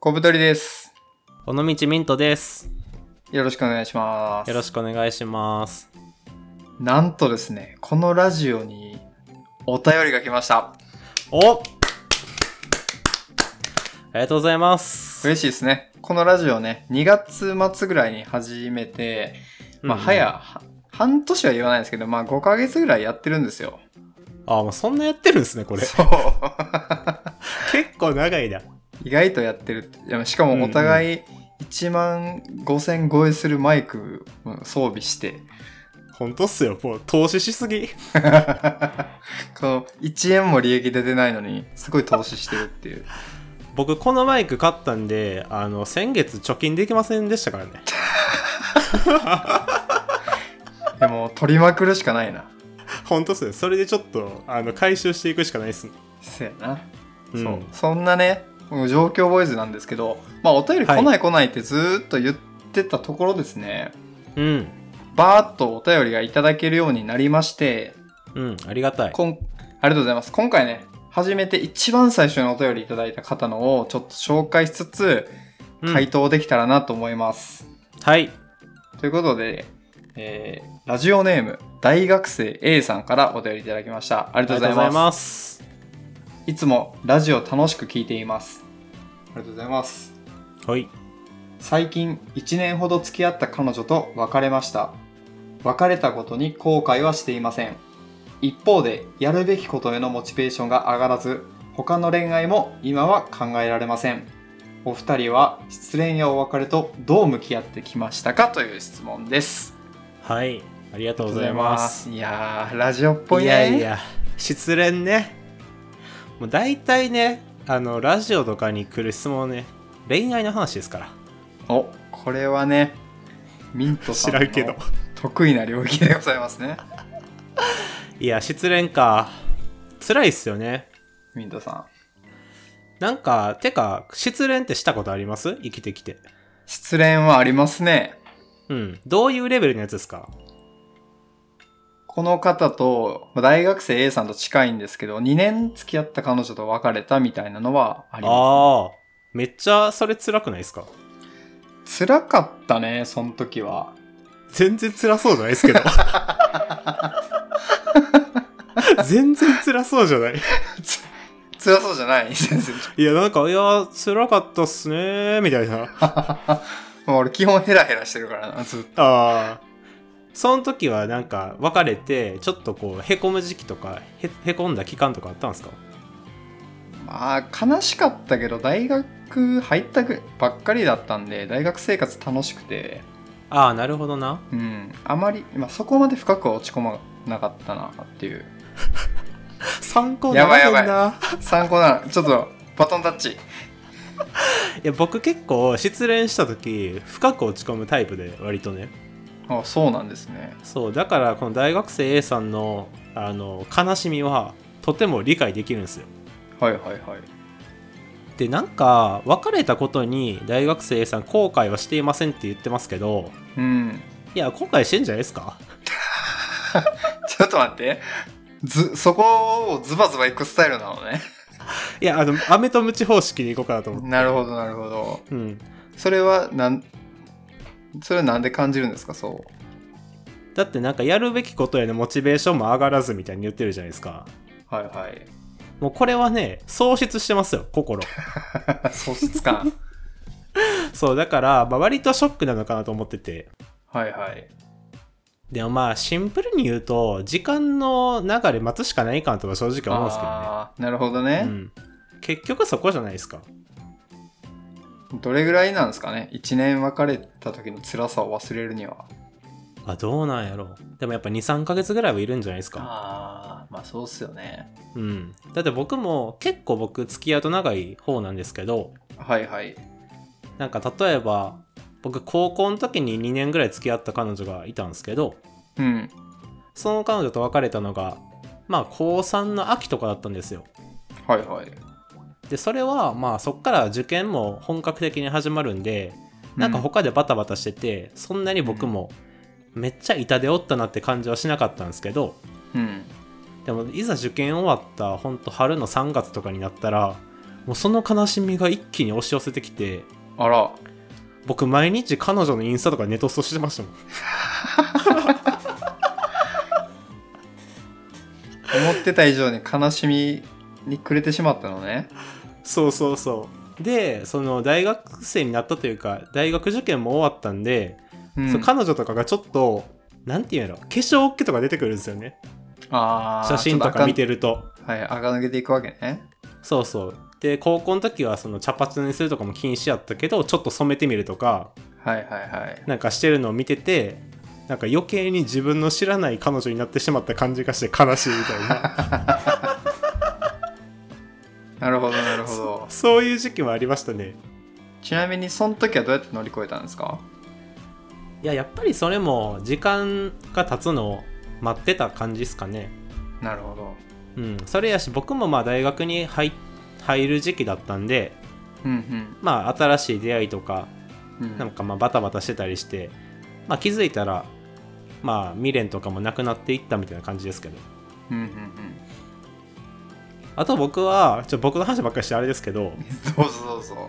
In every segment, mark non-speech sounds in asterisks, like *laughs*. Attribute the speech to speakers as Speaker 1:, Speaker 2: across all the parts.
Speaker 1: 小太りです。
Speaker 2: 尾道ミントです。
Speaker 1: よろしくお願いします。
Speaker 2: よろしくお願いします。
Speaker 1: なんとですね、このラジオにお便りが来ました。
Speaker 2: おありがとうございます。
Speaker 1: 嬉しいですね。このラジオね、2月末ぐらいに始めて、まあ、
Speaker 2: うんうん
Speaker 1: 早、は半年は言わないですけど、まあ、5ヶ月ぐらいやってるんですよ。
Speaker 2: あ、もうそんなやってるんですね、これ。
Speaker 1: そう。
Speaker 2: *laughs*
Speaker 1: *laughs*
Speaker 2: 結構長いな。
Speaker 1: 意外とやってるっていやしかもお互い1万5000超えするマイクを装備して、 *laughs*
Speaker 2: ほんとっすよ、もう投資しすぎ。
Speaker 1: この1円も利益出てないのに、すごい投資してるっていう。
Speaker 2: 僕、このマイク買ったんで、あの、先月貯金できませんでしたから *laughs* ね。
Speaker 1: でも、取りまくるしかないな。
Speaker 2: ほんとっすよ、それでちょっと、あの、回収していくしかないっすね。
Speaker 1: そうやな、
Speaker 2: うん
Speaker 1: そうそんなねもう状況ボーイズなんですけど、まあ、お便り来
Speaker 2: は
Speaker 1: ない来ないってずーっと言ってたところですね、
Speaker 2: うん。
Speaker 1: バーッとお便りがいただけるようになりまして
Speaker 2: うん、ありがたい。
Speaker 1: こんありがとうございます今回ね初めて一番最初にお便りいただいた方のをちょっと紹介しつつ
Speaker 2: うん
Speaker 1: 回答できたらなと思います、
Speaker 2: はい。
Speaker 1: ということで、えーラジオネーム大学生 A さんからお便りいただきましたありが
Speaker 2: あり
Speaker 1: と
Speaker 2: が
Speaker 1: うご
Speaker 2: とう
Speaker 1: ざ
Speaker 2: ござ
Speaker 1: い
Speaker 2: い
Speaker 1: ます
Speaker 2: ます。
Speaker 1: いつもラジオ楽しく聞いていますありがとうございます
Speaker 2: はい。
Speaker 1: 最近1年ほど付き合った彼女と別れました別れたことに後悔はしていません一方でやるべきことへのモチベーションが上がらず他の恋愛も今は考えられませんお二人は失恋やお別れとどう向き合ってきましたかという質問です
Speaker 2: はい。ありがと
Speaker 1: あ
Speaker 2: うございます。
Speaker 1: りがとうございますいやーラジオっぽい
Speaker 2: い
Speaker 1: ね
Speaker 2: やいや失恋ねもう大体ねあのラジオとかに来る質問ね恋愛の話ですから *laughs*
Speaker 1: おこれはねミントさんの得意な領域でございますね
Speaker 2: いや失恋か辛いっすよね
Speaker 1: ミントさん
Speaker 2: なんかてか失恋ってしたことあります生きてきて
Speaker 1: 失恋はありますね
Speaker 2: うんどういうレベルのやつですか
Speaker 1: この方と、まあ大学生 A さんと近いんですけど、2年付き合った彼女と別れたみたいなのはあ
Speaker 2: あ
Speaker 1: りま
Speaker 2: あめっちゃそれ辛くないですか
Speaker 1: す。辛かったね、その時は。
Speaker 2: 全然辛そうじゃないですけ *laughs* ど全然辛そうじゃない
Speaker 1: 辛そうじゃない先生。
Speaker 2: いやなんかいや辛かったっすねーみたいな
Speaker 1: *laughs* もう俺基本ヘラヘラしてるからな、ずっと。
Speaker 2: ああその時はなんか別れてちょっとこうへこむ時期とかへへこんだ期間とかあったんですか
Speaker 1: まあ、悲しかったけど、大学入ったぐばっかりだったんで、大学生活楽しくて、
Speaker 2: ああなるほどな
Speaker 1: うん、あまり、まあ、そこまで深くは落ち込まなかったな、って *laughs* いう。
Speaker 2: 参考
Speaker 1: やばい
Speaker 2: ならへんな
Speaker 1: や参考なら、ちょっと、バトンタッチ。
Speaker 2: いや僕結構失恋した時深く落ち込むタイプで割とね
Speaker 1: あ、そうなんですね。
Speaker 2: そうだからこの大学生 A さんのあの悲しみはとても理解できるんですよ
Speaker 1: はいはいはい。
Speaker 2: でなんか別れたことに大学生 A さん後悔はしていませんって言ってますけど
Speaker 1: うん。
Speaker 2: いや後悔してんじゃないですか
Speaker 1: *laughs* ちょっと待って。ず、そこをズバズバいくスタイルなのね。
Speaker 2: いやあの飴とムチ方式でいこうかなと思って
Speaker 1: なるほど、なるほど。
Speaker 2: うん
Speaker 1: それは、なん、それはなんで感じるんですか、そ
Speaker 2: だってなんかやるべきことへのモチベーションも上がらずみたいに言ってるじゃないですか
Speaker 1: う。はいはい。
Speaker 2: もうこれはね喪失してますよ
Speaker 1: *laughs*
Speaker 2: 心
Speaker 1: 喪失感。
Speaker 2: そうだから、まあ、割とショックなのかなと思ってて
Speaker 1: *laughs* はいはい。
Speaker 2: でもまあシンプルに言うと時間の流れ待つしかないかなとは正直思うんですけど
Speaker 1: あーなるほどね、
Speaker 2: ね、うん、結局そこじゃないですか
Speaker 1: どれぐらいなんですかね。1年別れた時の辛さを忘れるには。
Speaker 2: あどうなんやろうでもやっぱ23ヶ月ぐらいはいるんじゃないですか
Speaker 1: ああ、まあそうっすよね。
Speaker 2: うんだって僕も結構僕付き合うと長い方なんですけど
Speaker 1: はいはい。
Speaker 2: なんか例えば僕高校の時に2年ぐらい付き合った彼女がいたんですけど
Speaker 1: うん。
Speaker 2: その彼女と別れたのが、まあ、高3の秋とかだったんですよ。
Speaker 1: はいはい。
Speaker 2: で、それは、まあ、そっから受験も本格的に始まるんで、なんか他でバタバタしてて、そんなに僕も、めっちゃ痛手おったなって感じはしなかったんですけど、
Speaker 1: うん。
Speaker 2: でも、いざ受験終わった、ほんと春の3月とかになったら、もうその悲しみが一気に押し寄せてきて
Speaker 1: あら
Speaker 2: 僕毎日彼女のインスタとかネトストしてましたもん
Speaker 1: 思ってた以上に悲しみに暮れてしまったのね
Speaker 2: *laughs* そうそうそうでその大学生になったというか大学受験も終わったんで、
Speaker 1: うん
Speaker 2: そう彼女とかがちょっとなんていうんやろ化粧 OK とか出てくるんですよね
Speaker 1: あー
Speaker 2: 写真とか見て
Speaker 1: ち
Speaker 2: ると
Speaker 1: ょっと赤はい赤抜けていくわけね
Speaker 2: そうそうで高校の時はその茶髪にするとかも禁止やったけどちょっと染めてみるとか
Speaker 1: はいはいはい
Speaker 2: なんかしてるのを見ててなんか余計に自分の知らない彼女になってしまった感じがして悲しいみたい *laughs*
Speaker 1: な
Speaker 2: な
Speaker 1: るほどなるほど
Speaker 2: そういう時期はありましたね
Speaker 1: ちなみにその時はどうやって乗り越えたんですか
Speaker 2: いややっぱりそれも時間が経つのを待ってた感じですかね
Speaker 1: なるほど
Speaker 2: うんそれやし僕もまあ大学に入入る時期だったんで
Speaker 1: うん
Speaker 2: まあ新しい出会いとか
Speaker 1: うんうん
Speaker 2: なんかまあバタバタしてたりして、まあ、気づいたらまあ未練とかもなくなっていったみたいな感じですけど
Speaker 1: うんうん *laughs*
Speaker 2: あと僕はちょ僕の話ばっかりしてあれですけど
Speaker 1: うんどうぞどうぞ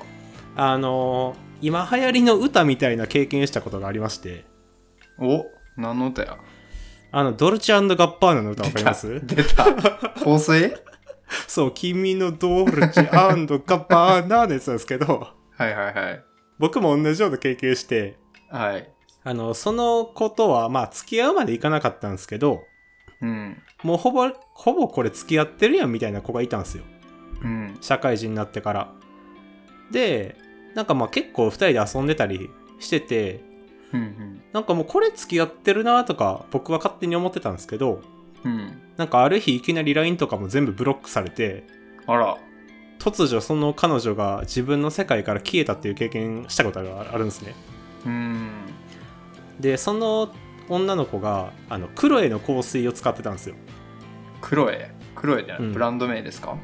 Speaker 2: あのー今流行りの歌みたいな経験したことがありまして
Speaker 1: お何の歌や
Speaker 2: あのドルチェガッパーナの歌わかります
Speaker 1: 出た
Speaker 2: *laughs*
Speaker 1: 香水
Speaker 2: そう「君のドルチェガッパーナ」のやつなんですけど *laughs*
Speaker 1: はいはいはい
Speaker 2: 僕も同じような経験して
Speaker 1: はい
Speaker 2: あのそのことはまあ付き合うまでいかなかったんですけど
Speaker 1: うん
Speaker 2: もうほぼほぼこれ付き合ってるやんみたいな子がいたんですよ
Speaker 1: うん
Speaker 2: 社会人になってからでなんかまあ結構2人で遊んでたりしてて
Speaker 1: うん
Speaker 2: なんかもうこれ付き合ってるなとか僕は勝手に思ってたんですけど
Speaker 1: うんうん
Speaker 2: なんかある日いきなり LINE とかも全部ブロックされて
Speaker 1: あら
Speaker 2: 突如その彼女が自分の世界から消えたっていう経験したことがあるんですね
Speaker 1: うん
Speaker 2: でその女の子があのクロエの香水を使ってたんですよ
Speaker 1: クロエクロエってな
Speaker 2: うん
Speaker 1: ブランド名ですか、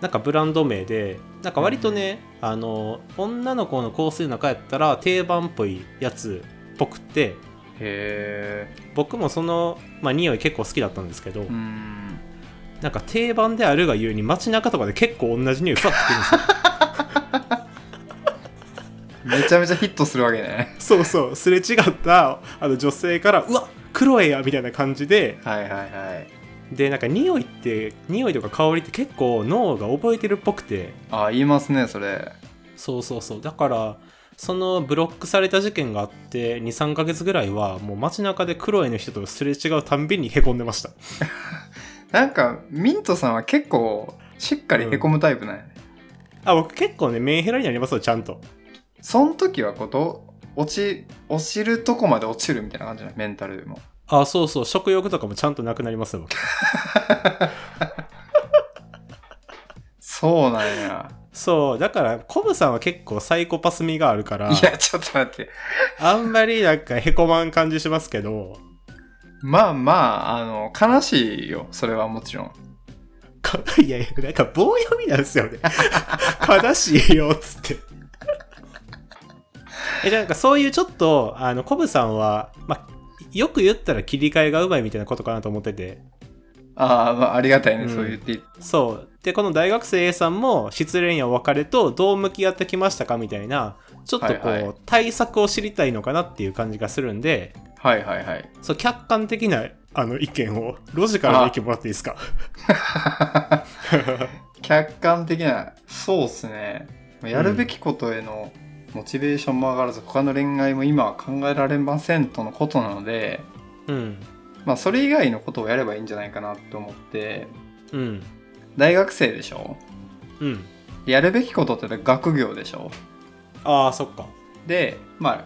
Speaker 2: なんかブランド名でなんか割とね、あの女の子の香水の中やったら定番っぽいやつっぽくって
Speaker 1: へえ
Speaker 2: 僕もその、まあ、匂い結構好きだったんですけど、
Speaker 1: うん
Speaker 2: なんか定番であるがゆえに街中とかで結構同じ匂いふわってくるんですよ
Speaker 1: めちゃめちゃヒットするわけね
Speaker 2: *laughs* そうそうすれ違ったあの女性から「うわクロエや!」みたいな感じで
Speaker 1: はいはいはい
Speaker 2: でなんか匂いって匂いとか香りって結構脳が覚えてるっぽくて
Speaker 1: あ言いますねそれ
Speaker 2: そうそうそうだからそのブロックされた事件があって23ヶ月ぐらいはもう街中でクロエの人とすれ違うたんびにへこんでました
Speaker 1: なんかミントさんは結構しっかりへこむタイプなんやね、
Speaker 2: あ僕結構ねメンヘラになりますよちゃんと
Speaker 1: その時はこと落ち落ちるとこまで落ちるみたいな感じなメンタルも
Speaker 2: あそうそう食欲とかもちゃんとなくなりますよ僕
Speaker 1: そうなんや
Speaker 2: そうだからコブさんは結構サイコパス味があるか
Speaker 1: い
Speaker 2: ら
Speaker 1: やちょっと待って
Speaker 2: あんまりなんかへこまん感じしますけど
Speaker 1: まあまああの悲しいよそれはもちろん
Speaker 2: か *laughs* いやいやなんか棒読みなんですよね *laughs* 悲しいよっつってえじゃあなんかそういうちょっとあのコブさんは、まあ、よく言ったら切り替えがうまいみたいなことかなと思ってて
Speaker 1: あー、まあありがたいね、
Speaker 2: うん
Speaker 1: そう言ってい
Speaker 2: そうでこの大学生 A さんも失恋やお別れとどう向き合ってきましたかみたいなちょっとこう、
Speaker 1: はいはい
Speaker 2: 対策を知りたいのかなっていう感じがするんで
Speaker 1: はいはいはい
Speaker 2: そう客観的なあの意見をロジカルな意見もらっていいですか
Speaker 1: 客観的なそうっすねやるべきことへのモチベーションも上がらず他の恋愛も今は考えられませんとのことなので
Speaker 2: うん
Speaker 1: まあそれ以外のことをやればいいんじゃないかなと思って
Speaker 2: うん
Speaker 1: 大学生でしょ
Speaker 2: うん
Speaker 1: やるべきことって学業でしょ
Speaker 2: ああそっか
Speaker 1: でまあ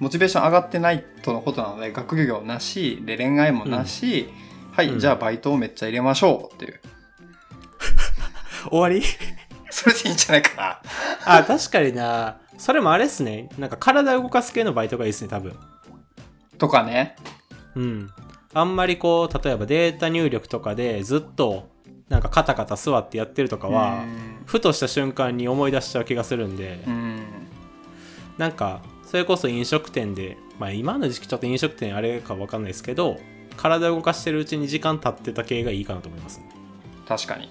Speaker 1: モチベーション上がってないとのことなので学業なしで恋愛もなし、はい、
Speaker 2: うん
Speaker 1: じゃあバイトをめっちゃ入れましょうっていう
Speaker 2: 終わり
Speaker 1: それでいいんじゃないか
Speaker 2: あ確かになそれもあれっすねなんか体動かす系のバイトがいいっすね多分
Speaker 1: なとかね
Speaker 2: うんあんまりこう例えばデータ入力とかでずっとなんかカタカタ座ってやってるとかは
Speaker 1: うん
Speaker 2: ふとした瞬間に思い出しちゃう気がするんで
Speaker 1: うん
Speaker 2: なんかそれこそ飲食店でまあ今の時期ちょっと飲食店あれか分かんないですけど体動かしてるうちに時間経ってた系がいいかなと思いますね
Speaker 1: 確かに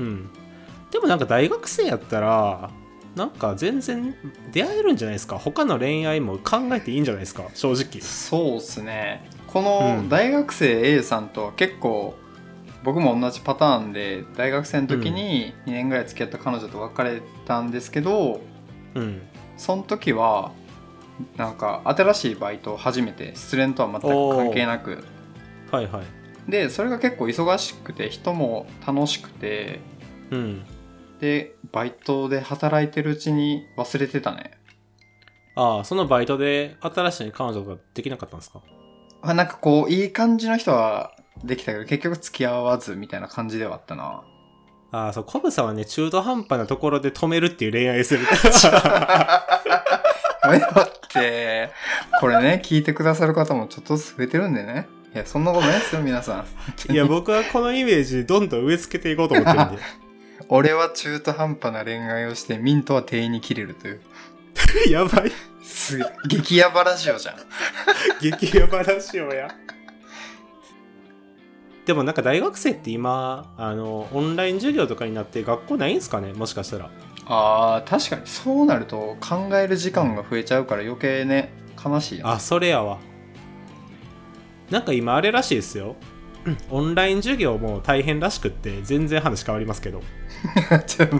Speaker 2: うんでもなんか大学生やったらなんか全然出会えるんじゃないですか他の恋愛も考えていいんじゃないですか正直
Speaker 1: そうっすねこ
Speaker 2: う
Speaker 1: の
Speaker 2: ん
Speaker 1: 大学生 A さんとは結構僕も同じパターンで大学生の時に2年ぐらい付き合った彼女と別れたんですけど
Speaker 2: うん
Speaker 1: その時はなんか新しいバイトを始めて失恋とは全く関係なく
Speaker 2: はいはい
Speaker 1: でそれが結構忙しくて人も楽しくて
Speaker 2: うん
Speaker 1: でバイトで働いてるうちに忘れてたね
Speaker 2: ああそのバイトで新しい彼女ができなかったんですか
Speaker 1: あなんかこういい感じの人はできたけど結局付き合わずみたいな感じではあったな
Speaker 2: ああそうコブさんはね中途半端なところで止めるっていう恋愛する *laughs*
Speaker 1: やめろってこれね聞いてくださる方もちょっとずつ増えてるんでねいやそんなことないですよ皆さん
Speaker 2: いや僕はこのイメージどんどん植え付けていこうと思ってるんで
Speaker 1: *laughs*
Speaker 2: *laughs*
Speaker 1: 俺は中途半端な恋愛をしてミントは店員に切れるという
Speaker 2: やばい
Speaker 1: す激ヤバラジオじゃん
Speaker 2: 激ヤバラジオやでもなんか大学生って今あのオンライン授業とかになって学校ないんすかねもしかしたら
Speaker 1: あー確かにそうなると考える時間が増えちゃうから余計ね悲しいよね *laughs*
Speaker 2: あそれやわなんか今あれらしいですよ *clears throat* うんオンライン授業も大変らしくって全然話変わりますけど
Speaker 1: ちょっと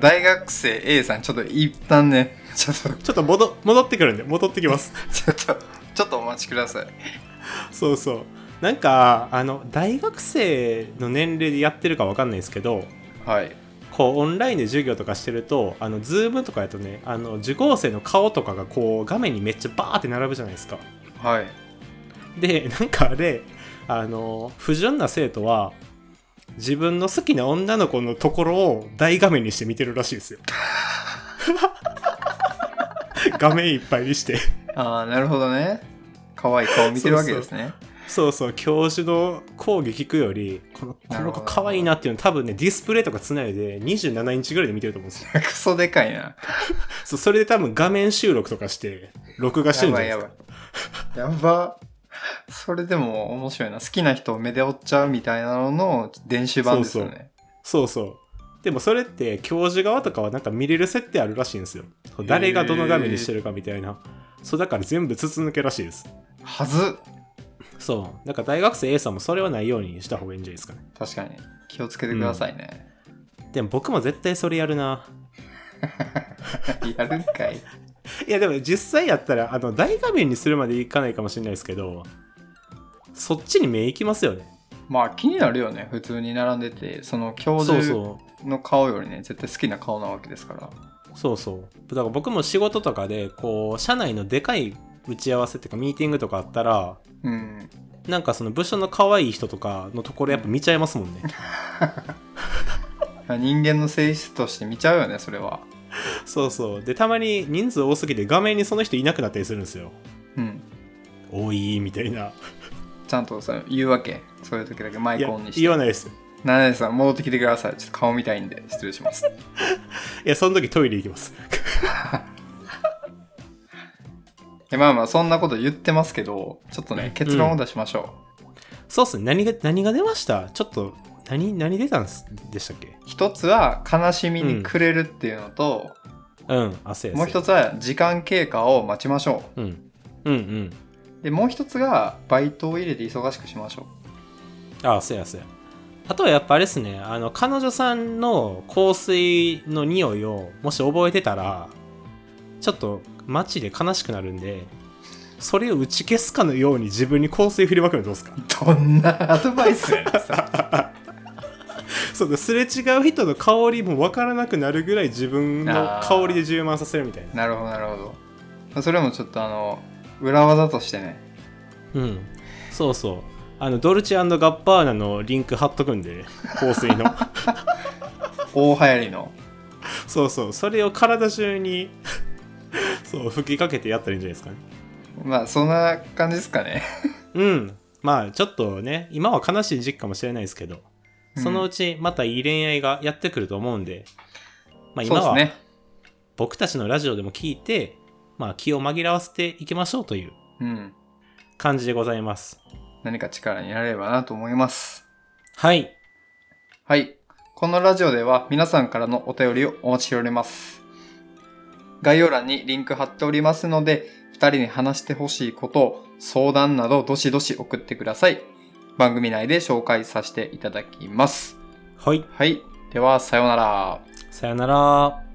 Speaker 1: 大学生 A さんちょっと一旦ねちょっと
Speaker 2: ちょっと戻戻ってくるんで戻ってきます *laughs*
Speaker 1: ちょっとちょっとお待ちください
Speaker 2: そうそうなんかあの大学生の年齢でやってるかわかんないですけど
Speaker 1: はい
Speaker 2: こうオンラインで授業とかしてるとあのズームとかやとねあの受講生の顔とかがこう画面にめっちゃバーって並ぶじゃないですか
Speaker 1: はい
Speaker 2: で *laughs* なんかあれあの不純な生徒は自分の好きな女の子のところを大画面にして見てるらしいですよ *laughs* 画面いっぱいにして
Speaker 1: ああなるほどね可愛い顔見てるわけですね
Speaker 2: そうそう教授の講義聞くよりこのこ
Speaker 1: なる
Speaker 2: の
Speaker 1: ほ
Speaker 2: 子
Speaker 1: ど
Speaker 2: 可愛いなっていうの多分ねディスプレイとかつないで27インチぐらいで見てると思うんですよ
Speaker 1: クソでかいな
Speaker 2: そうそれで多分画面収録とかして録画して
Speaker 1: や
Speaker 2: るんじゃ
Speaker 1: ば
Speaker 2: ない
Speaker 1: い
Speaker 2: です
Speaker 1: やば
Speaker 2: か
Speaker 1: いやばそれでも面白いな好きな人を目で追っちゃうみたいなのの電子版ですよね
Speaker 2: そうそうでもそれって教授側とかはなんか見れる設定あるらしいんですよそう誰がどの画面にしてるかみたいなそうだから全部筒抜けらしいです
Speaker 1: はず
Speaker 2: そうなんか大学生 A さんもそれはないようにした方がいいんじゃないですかね
Speaker 1: 確かに気をつけてくださいね、
Speaker 2: でも僕も絶対それやるな
Speaker 1: やるんかい
Speaker 2: いやでも実際やったらあの大画面にするまでいかないかもしれないですけどそっちに目いきますよね
Speaker 1: まあ気になるよね普通に並んでてその教
Speaker 2: そう
Speaker 1: 授
Speaker 2: そう
Speaker 1: の顔よりね絶対好きな顔なわけですから
Speaker 2: そうそうだから僕も仕事とかでこう社内のでかい打ち合わせっていうかミーティングとかあったら
Speaker 1: うん
Speaker 2: なんかその部署の可愛い人とかのところやっぱ見ちゃいますもんね。
Speaker 1: 人間の性質として見ちゃうよねそれは
Speaker 2: *laughs* そうそう。で、たまに人数多すぎて画面にその人いなくなったりするんですよ。
Speaker 1: うん
Speaker 2: 多いみたいな。
Speaker 1: ちゃんとさ言うわけそういう時だけマ
Speaker 2: い
Speaker 1: イ
Speaker 2: や
Speaker 1: コンに、して
Speaker 2: 言わないです。
Speaker 1: 七重さん戻ってきてくださいちょっと顔見たいんで失礼します
Speaker 2: いや、その時トイレ行きます。
Speaker 1: でまあまあそんなこと言ってますけどちょっとね結論を出しましょ
Speaker 2: そうっすね。何が、何が出ましたちょっと、何、何出たんすでしたっけ
Speaker 1: う、一つは悲しみに暮れるっていうのと、
Speaker 2: うん、汗や
Speaker 1: もう一
Speaker 2: つ。
Speaker 1: つは時間経過を待ちましょ
Speaker 2: うん。うんうん。
Speaker 1: うでもう一つがバイトを入れて忙しくしましょ
Speaker 2: ああ、そうやそうや。あとはやっぱあれですね、あの、彼女さんの香水の匂いをもし覚えてたら、ちょっと街で悲しくなるんで、それを打ち消すかのように自分に香水振りまくるのどう *laughs* ですか
Speaker 1: うどんなアドバイスやねんさ
Speaker 2: そうだ、すれ違う人の香りも分からなくなるぐらい自分の香りで充満させるみたいな。
Speaker 1: なるほどなるほどそれもちょっとあの裏技としてね
Speaker 2: うん。そうそう。あの、ドルチェガッバーナのリンク貼っとくんで、香水 *laughs* の。
Speaker 1: 大流行りの
Speaker 2: そうそう。それを体中に、そう、吹きかけてやったらいいんじゃないですかね。
Speaker 1: まあそんな感じですかね
Speaker 2: うん。まあちょっとね、今は悲しい時期かもしれないですけど、
Speaker 1: うん
Speaker 2: そのうちまたいい恋愛がやってくると思うんで、まあ
Speaker 1: そう
Speaker 2: 今
Speaker 1: です
Speaker 2: は
Speaker 1: ね
Speaker 2: 僕たちのラジオでも聞いて、まあ気を紛らわせていきましょうという
Speaker 1: うん
Speaker 2: 感じでございます。
Speaker 1: 何か力になれればなと思います
Speaker 2: はい。
Speaker 1: はいこのラジオでは皆さんからのお便りをお待ちしております。概要欄にリンク貼っておりますので、2人に話してほしいこと、相談などどしどし送ってください。番組内で紹介させていただきます。
Speaker 2: はい。
Speaker 1: はい。では、さようなら。
Speaker 2: さよなら。